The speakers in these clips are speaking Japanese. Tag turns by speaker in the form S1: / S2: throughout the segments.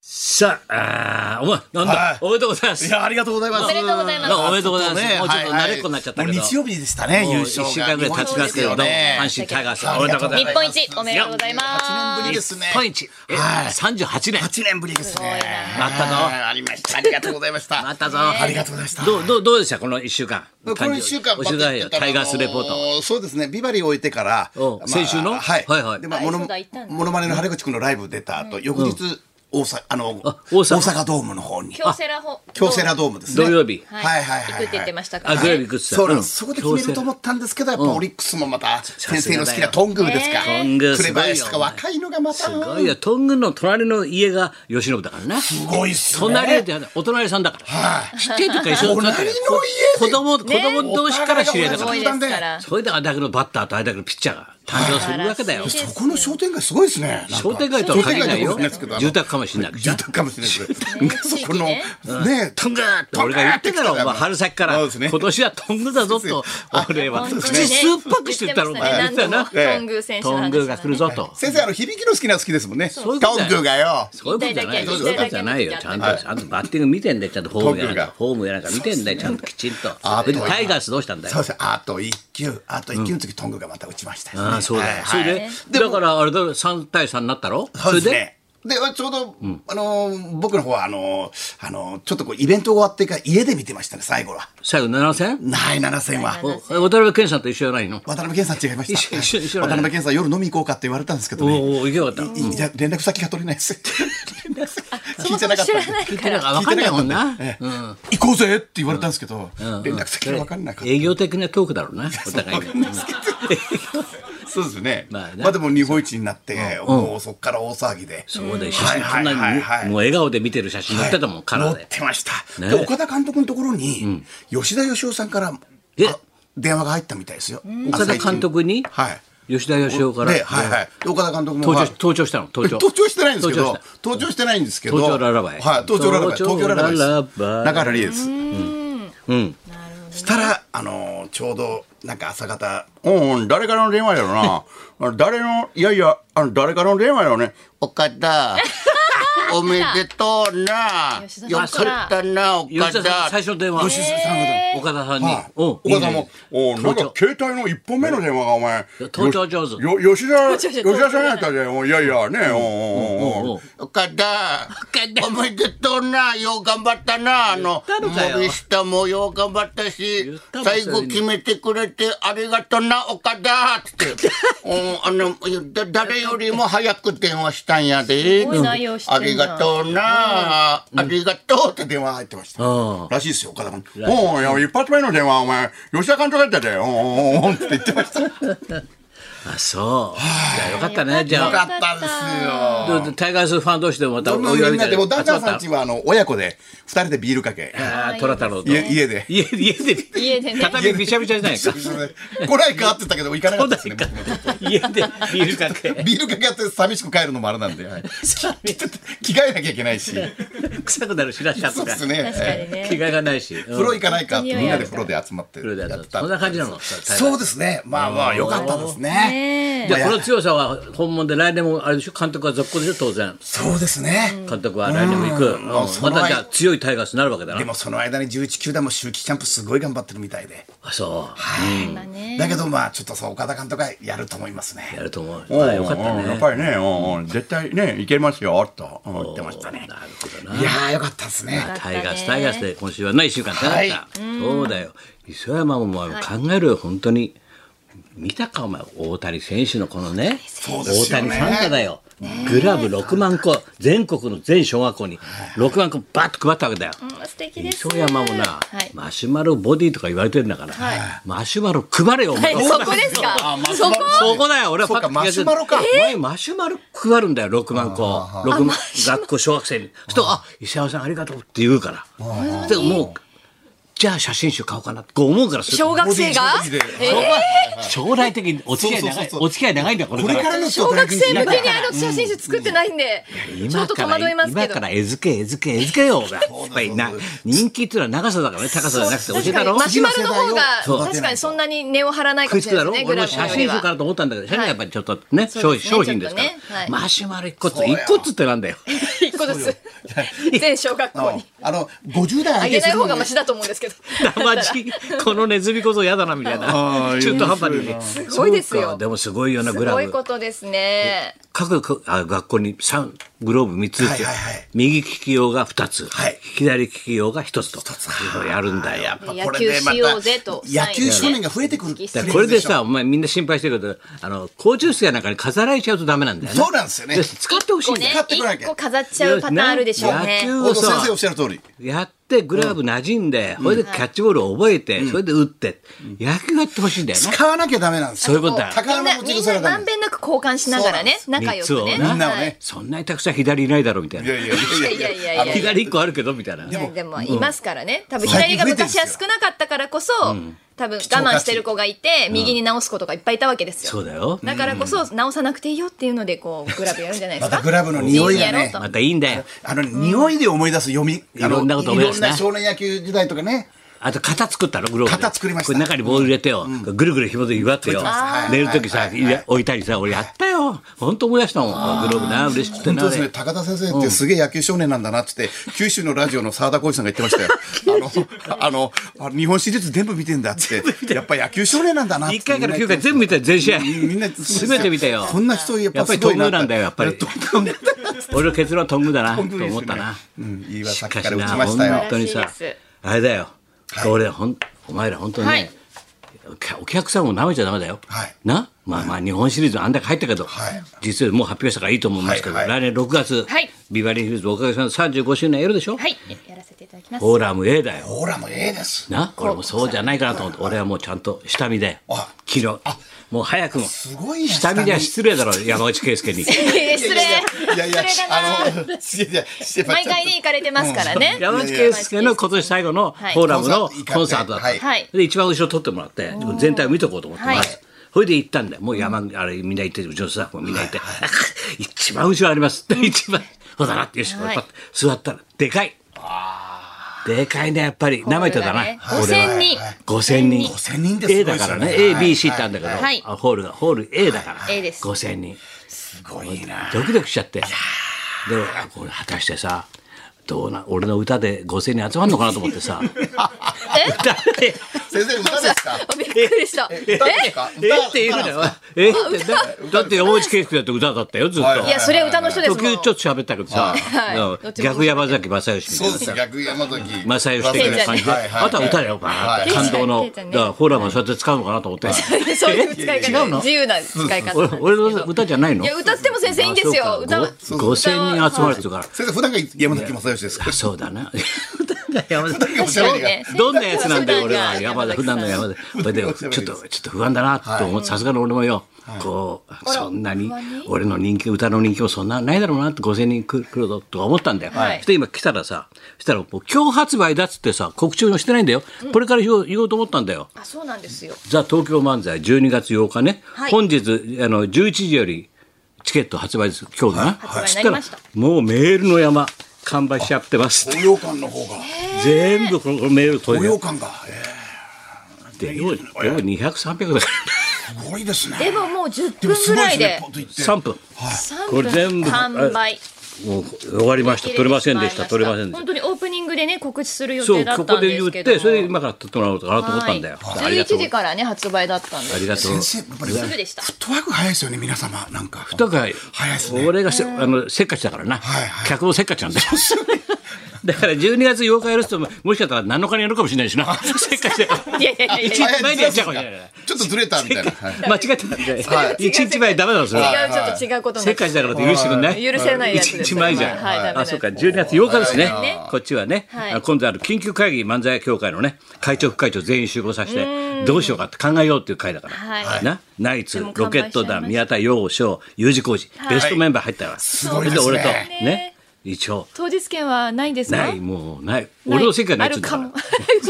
S1: さあ、あーお前、なんだ、
S2: はい
S1: おめでとうございます。
S2: いや、ありがとうございます。
S3: おめでとうございます
S1: どうもおめでとうございます。
S2: ね
S1: もうちょっと
S2: はい
S1: 慣れっこになっちゃったけど。
S2: もう日曜日でしたね、
S1: もう
S2: 優
S1: 一
S2: 勝が。
S1: 週間ぐらい経ちますけど、どうも阪神タイガース、おめでとうござい
S3: 日
S1: ます。
S3: 本一おめでとうございます。
S2: 8年ぶりですね。
S1: 日本一、え
S2: はい
S1: 38年。
S2: 8年ぶりですね。
S1: なったぞ
S2: はいありました。ありがとうございました。
S1: またぞ。
S2: ありがとうございました。
S1: どう、どう、どうでしたこの一週間。
S2: この一週間、
S1: お週間よ、タイガースレポー
S2: あ
S1: ト。
S2: のーそうですね、ビバリーを終えてから、
S1: うん
S2: まあ
S1: 先週の
S2: はい。
S1: はいはい
S2: で、まあ、
S3: あ
S2: もの
S3: そうだ行ったんだ
S2: ものまねの春口くんのライブ出た後、翌日、大阪、あの、大
S1: あ大阪
S2: 阪ドームの方に。
S3: 京セラホ。
S2: 京セラドームですね。
S1: 土曜日。
S3: はい
S2: はいはいはいはい
S3: 行くって言ってましたか
S1: あ、
S3: ら
S1: グレー
S3: ね。
S1: ビーグッズ
S2: そうなんです。そこで決めると思ったんですけど、やっぱオリックスもまた、先生の好きな頓宮ですか。
S1: トングすごい
S2: 紅
S1: よ。
S2: 林とか若いのがまた。
S1: すごいよ。トングの隣の家が由伸だからね。
S2: すごいっすね。
S1: 隣で、お隣さんだから。
S2: はい。
S1: 知ってる時から一緒に育ってる
S2: 隣の家で
S1: 子供、子供同士から知り合いだか
S3: す
S1: ら
S3: ご。いですから。
S1: それであれだけのバッターとあれだけのピッチャーが誕生するわけだよ。
S3: 素晴らしいです
S2: そこの商店街すごいですね。なんか
S1: 商店街とは限らないよ
S2: 商店街とは限らですけど。あ。の
S1: 住宅かもしれないけど。
S2: 住宅かもしれな いですけど。そこの、ねえ、トングトング
S1: 俺が言ってたろ、お前
S2: まあ
S1: 春先から。
S2: そうですね
S1: 今年はトングだぞと、俺は。
S3: 本当にね
S1: 口酸っぱくしてたろ、お前。
S3: 言
S1: 言っ
S3: っ
S1: ててた
S3: ま
S1: な
S3: した。ね何度もトング選手の
S1: トン
S3: 話
S1: グが来るぞと。
S2: 先生、あの、響きの好きなの好きですもんね。
S1: ういうこと
S2: ト
S1: だ
S2: ン
S1: よ
S2: グがよ。
S1: そういうことじゃないよ。そう
S3: 一体だけ
S1: いうことじゃないよ。
S3: 一
S1: ちゃ
S3: 体
S1: ん
S3: だ
S1: と、ちゃんとバッティング見てんだよ。ちゃんとフォームやなんか、フォームやなんか見てんだよ。ちゃんときちんと。
S2: あ
S1: それでタイガースどうしたんだよ
S2: そう。ですね。あと一球、あと一球の時、トングがまた打ちましたよね。
S1: ああ、そうだよ。そ
S2: はい
S1: れ
S2: はい
S1: で、だからあれだろ、3対3になったろ
S2: そ
S1: そ
S2: うで
S1: れ
S2: す
S1: で、
S2: ね。で、ちょうど、あのー、僕の方は、あのー、あのー、ちょっとこう、イベント終わってから家で見てましたね、最後は。
S1: 最後7戦
S2: ない、7戦は。
S1: お渡辺謙さんと一緒じゃないの
S2: 渡辺健さん違いまし
S1: 一緒
S2: た。
S1: 一緒一緒
S2: 渡辺健さん夜飲み行こうかって言われたんですけどね。
S1: おうおう行けばよかった
S2: いいいや連絡先が取れない です。連絡先聞いてなかったんで。
S1: 聞いてなか分かんないもんな。
S2: ええ行こうぜって言われたんですけど、連絡先が分かんなかっ
S1: 営業的なトークだろうな、お互いに。
S2: た。そうですね。
S1: ま
S2: ま
S1: あ
S2: あ
S1: ね
S2: でも日本一になって、もうそこから大騒ぎで。
S1: そうだよ、写
S2: はい
S1: 真、
S2: はい
S1: そんな
S2: はい
S1: に
S2: はい
S1: もう笑顔で見てる写真載ってたもん、カラー
S2: 乗っ
S1: で。
S2: てました。
S1: ね
S2: で岡田監督のところに、吉田義雄さんから
S1: え
S2: あ電話が入ったみたいですよ。
S1: 岡田
S2: 朝一
S1: 監督に、
S2: はい。
S1: 吉田義雄から、
S2: で、はいはい。で岡田監督も。
S1: 登場
S2: はい
S1: し登場したの、登場。
S2: 登場してないんですけ
S1: 登
S2: ど
S1: 場し、
S2: 登場してないんですけど、
S1: 東京ララバイ
S2: はい、東京ララバイ、東京ララバイで
S1: 東京
S2: す
S1: ララバイ。
S2: 中原理恵です。うん。したら、あのー、ちょうど、なんか朝方、うんうん、誰からの電話や ろな。あ誰の、いやいや、あの、誰からの電話やろね。岡 田。おめでとうな。
S3: 吉田
S2: よ
S3: さ
S2: か
S3: んから
S2: ったな、岡
S1: 吉田さん、
S2: 田
S1: 最。初の電話、
S2: 吉田さんが
S1: 岡田さんに
S2: はい、、
S1: うん
S2: お母さんも、おなんか携帯の一本目の電話がお前、
S1: 登場上手
S2: よ吉田、
S3: 登場上手
S2: 吉田さんやったじゃん。おいやいや、ね、
S1: うん
S2: おおお岡田、おめでとうな、よう頑張ったな、あの
S1: 言ったのかよ、
S2: 森下もよう頑張った
S1: 言っ
S2: し、
S1: たの
S2: 最
S1: そ
S2: 後
S1: れに
S2: 決めてくれてありがとうな、岡田つって、おあの、だ誰よりも早く電話したんやで、
S3: すごい内容してんな
S2: ありがとうな、ありがとうって電話入ってました。
S1: うん
S2: らしいですよ、岡田監督。おういや、一発目の電話、お前、吉田監督だったで、おうおうおうって言ってました。よ
S1: あ、そう。じゃあよかったね、じゃ
S2: か
S1: あ。
S2: ったんですよ。
S1: でタイガースファン同士でもまたお祝い
S2: みん
S1: みた
S2: ないでも、ダン
S1: 集
S2: ダ
S1: ま
S2: ン
S1: っ
S2: さ
S1: た
S2: んちは、あの、親子で、二人でビールかけ、
S1: ああ、虎太郎と。
S2: 家家で。
S1: 家で、家で、
S3: 家でね
S1: 畳びしゃびしゃじゃないか。
S2: 来ないかって言ったけど、行かなかったですね。僕も
S1: 家でビールかけ
S2: ビールかけやって寂しく帰るのもあれなんで、はい着替えなきゃいけないし、
S1: 臭くなるしらしゃと
S2: そう
S1: か
S2: です
S1: 着
S2: ね
S3: 確。かにね。
S1: 替えがないし風
S2: 風呂行かないかってみんなで風呂で集まって
S1: 呂でや
S2: や
S1: っ
S2: ったた
S1: そんな感じなの
S2: そうですねまあまあよかったですね
S1: じゃあこの強さは本物で来年もあれでしょ監督は続行でしょ当然
S2: そうですね、
S1: 監督は来年も行くうん
S2: もう
S1: ま
S2: その前
S1: たじゃあ強いタイガースになるわけだ
S2: で
S1: な
S2: もその間に11球団も秋季キャンプすごい頑張ってるみたいで、
S1: あそう
S3: そうだね。
S2: だけどまあちょっとそう岡田監督はやると思いますね
S1: やると思う
S2: うん
S1: まあよかった
S2: うんやっ
S1: ね
S2: ぱりね、うんうん絶対ねいけますよとうん言ってましたね
S1: なるほど
S2: いや
S1: な
S2: ーよかったですね
S1: タイガースタイガースで今週はない一週間ってなったそうだよ磯山ももう考えるよ本当に見たかお前大谷選手のこのね
S2: そうで
S1: 大
S2: すよ
S1: 谷
S2: ね
S1: ファンタだよ、グラブ6万個全国の全小学校に6万個バッと配ったわけだよ、
S3: うん素敵です。
S1: 磯山もな、
S3: はい。
S1: マシュマロボディとか言われてんだから、
S3: はい
S1: マシュマロ配れよ、お前
S3: はいそこですか
S2: あマシ
S3: そ
S2: ュ
S3: こ
S2: マロ
S1: そこだよ俺は
S2: そうか
S1: パッと気がついた
S2: マシュマロか
S1: お前マシュマロ配るんだよ6万個六万学校小学生にそしたら「あ石山さんありがとう」って言うからでもうじゃあ写真集買おうかなってこう思うからする
S3: 小学生が
S2: ボディーボディーで
S3: えー
S1: 将来的にお付き合い長い、
S2: そうそうそうそう
S1: お付き合い長いんだよ、これ
S2: こ
S1: か
S2: れ
S1: ら。
S2: からの人
S3: 小学生向けに
S2: だ
S3: あの写真集作ってないんで、ちょっと戸惑いますけ
S1: 今
S3: ど
S1: か。ら餌付け、餌付け、餌付け よ。やっぱりな、人気っていうのは長さだからね、高さじゃなくて、教えた
S3: 確か
S1: ろ
S3: にマシュマロの方が
S2: そう
S3: 確かにそんなに根を張らないか
S1: 食
S3: も
S1: いつく
S3: しれな
S1: だ
S3: いで
S1: ろ俺も
S3: すね。グラム
S1: 写
S3: より
S1: 真集
S3: は
S1: からと思ったんだけど、写真はやっぱりちょっとね、商品、商品ですから、
S3: ちょっとねはい
S1: マシュマロ1個つ、1個つってなんだよ。
S3: 一個ずつ全小学校に
S2: あの50代
S3: あげない方がマシだと思うんですけど。
S1: 生地、このネズミこそ嫌だな、みたい
S2: あ
S1: な。
S2: ー
S1: 中途半端にね。
S3: すごいですよ
S1: そうかでもすごいよな、
S3: す
S1: グラ
S3: ごい
S1: ブ。
S3: ことですね。
S1: 各くあ学校に三グローブ3つずつ、
S2: はいはいはい
S1: 右利き用が2つ、
S2: はい
S1: 左利き用が1つというのをやるんだよ。
S2: まあ
S3: 野
S2: これ
S3: 球
S2: でまた
S3: しようぜと。
S2: 野球少年が増えてくるって
S1: だ
S2: フ
S1: か
S2: レ
S1: ら
S2: ー
S1: これ
S2: ズ
S1: で
S2: しょ
S1: さ、お前みんな心配してるけど、あの、校長室やなんかに飾られちゃうとダメなんだよね。
S2: そうなんですよね
S1: 使ってほしいんだよ。
S2: 買ってこな
S3: 一
S2: きゃ
S3: 個飾っちゃうパターンあるでしょう
S1: 野
S3: ね。
S1: 球
S2: 本
S1: を
S2: 当先生
S1: さ
S2: おっ、しゃる通り
S1: やってグラブ馴染んで、それでキャッチボールを覚えて、それで打って、野球やってほしいんだよね。
S2: 使わなきゃダメなんです
S1: そういう
S2: よ
S1: ことだよ。
S2: 宝の持ち
S3: みん
S2: 腐
S3: な
S2: れ
S3: ま
S2: だ
S3: ん
S2: ね
S3: べんなく交換しながらね、仲良く
S1: 三つ
S3: ね。
S1: をねみ
S2: んなを
S3: はい
S2: ね
S1: そんなにたくさん左いないだろうみたい
S2: い
S1: な。
S2: やいやいや
S3: いやいやい
S2: あ
S3: や
S2: の
S3: いや
S1: 左1個あるけどみたいな。
S3: いやでもいますからね、多分
S2: 最
S3: 左
S2: 近
S3: が
S2: 増えてるんで
S3: 昔
S2: すよ
S3: は少なかったからこそ、多分我慢してる子がいて右に直す子とかいっぱいいたわけですよ、
S1: そうだよ。
S3: だからこそ直さなくていいよっていうのでこうグラブやるんじゃないで
S2: ま
S3: すか
S2: たグラブの匂いが
S3: やろう
S2: ね
S3: と
S1: またいいんだよ。
S2: あの匂いで思い出す読みあの
S1: いろんなこと思い出すね
S2: ろんな少年野球時代とかね
S1: あと型作ったのグローブで
S2: 型作りまし
S1: こ
S2: た
S1: れ中にボール入れてよ、ぐるぐる紐で祝ってよ
S2: ついてますはい
S1: 寝る時さ、
S2: はい
S1: いや置いたりさ俺やったよ本当思い出したもんグローブな嬉しくて
S2: 本
S1: な
S2: 当
S1: あ
S2: ですね
S1: れ
S2: 高田先生ってすげえ野球少年なんだなっつって九州のラジオの澤田浩二さんが言ってまし たよあのあのあ日本シリーズ全部見てんだっつってやっぱ野球少年なんだなっつって
S1: 1回から9回全部見たよ全試合
S2: みんな
S1: 全て見たよ
S2: こんな人やっぱすご
S1: やっぱ
S2: い
S1: りトングなんだよやっぱり
S2: トング
S1: 俺の結論はトングだなと
S2: トングですね
S1: 思ったな、
S2: うんいいわ
S1: し
S2: さっ
S1: か
S2: きか
S1: し
S2: ら打
S1: な
S2: ちましたよ
S1: 本当にさ
S3: 嬉しいです
S1: あれだよ、俺ほんお前ら本当にね、
S3: はい
S1: お客お客さんを舐めちゃダメだよ、
S2: はい
S1: なまあまあ日本シリーズあんだけ入ったけど、
S2: はい
S1: 実はもう発表したからいいと思いますけど、
S2: はいはい
S1: 来年6月、
S3: はい
S1: ビバリーヒルズおかげさまで35周年やるでしょ、
S3: はいやらせていただきます
S1: フォーラム A だよ
S2: ほらもうええです
S1: な俺もそうじゃないかなと思って俺はもうちゃんと下見で
S2: あ
S1: 昨日もう早くも
S2: すごいね
S1: 下見じゃ失礼だろ山内圭介に
S3: 失礼
S2: いやいや
S3: 失礼だな
S2: あのいやいややっぱ
S3: 毎回ね行かれてますからね
S1: 山内圭介の今年最後のフ
S3: はい
S1: ォーラムのコンサートだったの、
S3: はい
S1: で一番後ろ撮ってもらって全体を見とこうと思って
S3: はい
S1: ます、それで行ったんだよもう山、あれみんな行ってうちのスタッフもみんな行って、一番後ろありますって、一番そうだなってよし、
S3: はい
S1: パッと座ったらでかいでかいねやっぱり名前とだな
S3: 五
S1: 俺は
S3: 千人
S1: 5000人
S2: 5000人ってす
S1: A
S2: ごいですよね
S1: だからね
S2: はい
S1: ABC ってあるんだけど、
S3: はい
S1: あホールがホール A だから、
S3: はい A です
S1: 5000人
S2: すごいな
S1: ドキドキしちゃってでこれ果たしてさどうな俺の歌で5000人集まるのかなと思って さ歌で
S2: 先生歌ですか
S3: びっくりしたえ
S2: 歌ですか
S1: えって言うじゃんえってだだって山内圭介だって歌だったよずっと。
S2: はいはい
S3: いやそれ歌の人です
S1: 途
S3: もん
S1: 中ちょっと喋ったけどさ、
S3: はい
S1: うん
S3: どっちも
S1: 逆山崎正義みた
S2: そ
S1: いうな
S2: です
S1: さ
S2: 逆山崎
S1: 正義的な感じで、
S2: はいはい
S1: あとは歌だよ、バーって
S3: はい
S1: 感動の、
S3: ケイちゃんね
S1: だからフォーラムはそうやって使うのかなと思って、
S3: そういう使い
S1: 違う
S3: 方
S1: の
S3: 自由な使い方なんです
S1: 俺
S3: けど
S1: 俺の歌じゃないの
S3: いや歌っても先生いいんですよ歌は
S1: 五千人集まるって言うから、
S2: 先生普段が山崎正義ですか
S1: あそうだな。歌が山崎
S2: おしゃれが
S3: ね
S1: どんなやつなんだよ、
S3: 普
S1: 俺
S3: 段が
S1: は。山田、普段の山田。それで、ちょっと、ちょっと不安だなって思って、さすがの俺もよ、こう、そんなに
S3: 不安に、
S1: 俺の人気、歌の人気もそんなないだろうなって、5000人来る来るぞとか思ったんだよ。
S3: はい
S1: そして今来たらさ、そしたら、もう今日発売だっつってさ、告知をしてないんだよ。これから言おう言おうと思ったんだよ。
S3: あそうなんですよ
S1: ザ・東京漫才12月8日ね、
S3: はい
S1: 本日あの11時よりチケット発売です今日だな、
S3: はい
S1: そ
S3: 発売
S1: し
S3: に
S1: た
S3: なり
S1: ら
S3: ました
S1: もうメールの山完売しちゃってます
S2: 高揚感の方が
S1: 全部このメール取
S2: 高
S1: り
S2: 揚
S1: 上
S2: 感がえ
S1: げてようよう200300だか
S2: ーすごいですね
S3: でももう10
S2: でも
S3: 分
S2: す
S3: ぐ
S2: ご
S3: らい
S2: いで
S3: で
S2: ね
S3: す
S2: ポンと行って
S1: ら3分
S3: 3
S1: これ全
S3: 分
S1: 部
S3: 完売
S1: もう終わりました取れませんでした取れませんでし
S3: 本
S1: た
S3: 当にオープニングでね告知する予
S1: そ
S3: 定
S1: う
S3: だ
S1: こ
S3: った
S1: こ
S3: ん
S1: で
S3: で
S1: 言
S3: す
S1: っ
S3: けど
S1: てそれで今から取ってもらおうかなと思ったんだよ、
S3: はい
S1: あり
S3: 11
S1: がとう
S3: 時からね発売だったんで
S1: ありがとう
S2: 先生やっぱり
S3: すぐでした
S2: フットワーク早いですよね皆様なんか
S1: だから
S2: 早いですね
S1: 俺がせ,、あのせっかちだからな、
S2: はいはい
S1: 客もせっかちなんだよ だから12月8日やる人ももしかしたら7日にやるかもしれないしなせっかちだから
S3: いやいやいやいや
S1: 一
S2: 早
S1: 日
S2: い
S1: 前にやっちゃうかもしれない
S2: ちょっとずれた みたいなはい
S1: 間違ってたんで
S3: はい
S1: 一日前ダメなのそれ
S3: 違うちょっと違うことに
S1: せ
S3: な
S1: っ
S3: っ
S1: かちだからって許してくんない
S3: 許せないやつ
S1: 一
S3: で
S1: 日
S3: す
S1: 前じゃん、
S3: はいはいダメな
S1: あ
S3: やつ
S1: そうか12月8日ですね
S3: はいね
S1: こっちはね、
S3: はい
S1: あの今度ある緊急会議漫才協会のね会長副会長全員集合させてどうしようかって考えようっていう会だから、
S3: はい
S1: なナイツ
S3: でも
S1: ロ
S3: 完売
S1: ケット
S3: しちゃ
S1: 団
S3: いました
S1: 宮田陽翔 U 字工事、
S3: い
S1: ベストメンバー入ったわ、
S2: すごいですね
S1: 俺とね一応。
S3: 当日券はないんですか
S1: ない、もうない。
S3: ない
S1: 俺の席がないっ
S3: あ
S1: つうん
S3: る
S1: だか
S3: か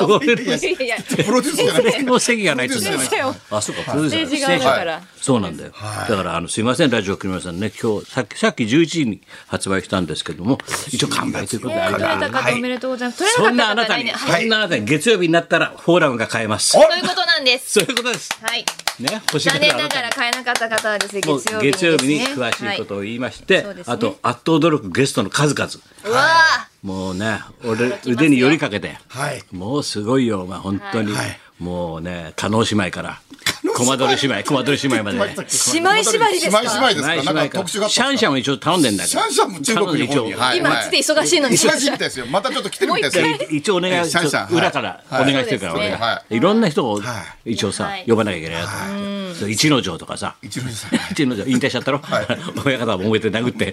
S3: ら も。
S1: 俺の
S3: いやいや
S2: プロデュースじゃない
S1: 俺の席がないっつうんだ
S3: 先生を
S1: から。あ、そうか、プロデュースだ
S3: ステージ側だから
S1: はいそうなんだよ。だから、あの、すいません、ラジオクリマさんね、今日、さっき、さっき11時に発売したんですけども、一応完売ということで、あ
S3: 取
S1: り
S3: れ
S1: がとうございます。
S3: た方おめでとうございます。取
S1: そ
S3: れ
S1: ん
S3: な
S1: なあ
S3: かっ
S1: な
S3: た方
S1: た
S3: 来
S1: に、
S3: 年
S1: そんなあなたに月曜日になったらフォーラムが変えます。
S3: そういうことなんです。
S1: そういうことです。
S3: はい。
S1: ね、欲しい
S3: 残念な
S1: た
S3: がら買えなかった方はですね、
S1: もう
S3: 月曜日にです
S1: 月曜日
S3: ね。
S1: に詳しいことを言いまして、
S3: そうですね
S1: あと圧倒驚くゲストの数々
S3: はい。うわあ
S1: もうね俺腕によりかけて、
S2: はい
S1: もうすごいよ、まあ、本当に、
S2: はい
S1: もうね加納姉妹から
S2: 納姉
S1: コマ
S2: 妹
S1: ドル姉妹コマドル姉妹ま で、
S3: 姉妹縛りですか
S2: 姉妹縛りです
S1: 姉妹
S2: か。なんか
S1: から
S2: 特
S1: シ
S2: 殊があったんですか。
S1: ャンシャンも一応頼んでんだけど
S2: シャンシャンも中国日本
S1: 彼女
S2: に
S1: 一応
S3: 今、つって忙しいのに。
S2: 忙しいみたいですよ。またちょっと来てるみたいです
S3: もう
S2: よ
S3: 一。
S1: 一応お願い、
S2: シャンシャン
S1: ちょっと裏からお願いしてるから、
S3: はい
S1: 俺が、、
S2: はい
S1: ろんな人を
S2: は
S1: 一応さ、
S3: はい
S1: 呼ばなきゃいけないなと思って、そう一之丞とかさ
S2: 一之さん。
S1: 一之丞引退しちゃったろ、親方も揉めて殴って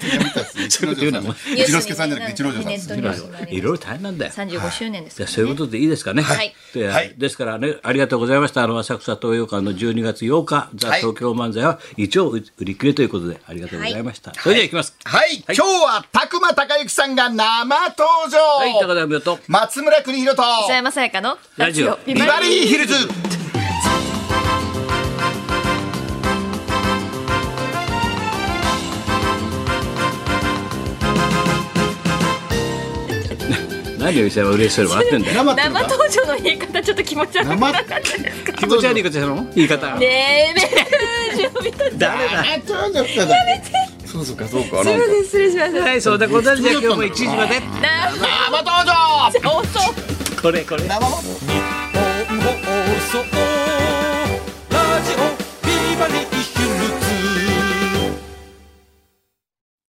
S2: 一
S1: そういうこ
S2: 之
S1: と言うな
S2: 助
S1: お
S2: さん。
S1: 前
S2: 一之助さんじゃなくて一之助さんです。
S3: ネットニュースになりました
S1: いろいろ大変なんだよ
S3: 35周年です
S1: じゃあ
S3: からね
S1: そういうことでいいですかね。
S3: はい
S1: で
S2: はい
S1: ですからね、ありがとうございました。あの、浅草東洋館の12月8日、ザ・
S2: はい
S1: 東京漫才は一応売り切れということで、ありがとうございました。それでは行きます。
S2: はい、今日はたくまたかゆきさんが生登場。
S1: はい、高田美と。
S2: 松村邦弘と。
S3: 北山さやかの
S1: ラジオ
S3: ビ
S2: ビバリーヒルズ。
S1: 何を伊勢は嬉しそうに笑ってんだよ。
S2: 生
S3: 生登場の言い方ちょっと気持ち悪くなかったですか
S1: 気持ち悪い言い方したの言い方。
S3: ねえめっちゃ見た
S1: 誰だ
S2: そうそうかそうか。
S3: すいません失礼しました
S1: はい、そうだ、こんなんじゃ今日も1時まで。
S3: な
S2: 生登場。
S3: 放送
S1: これ、これ。
S2: 生放送。
S4: 放送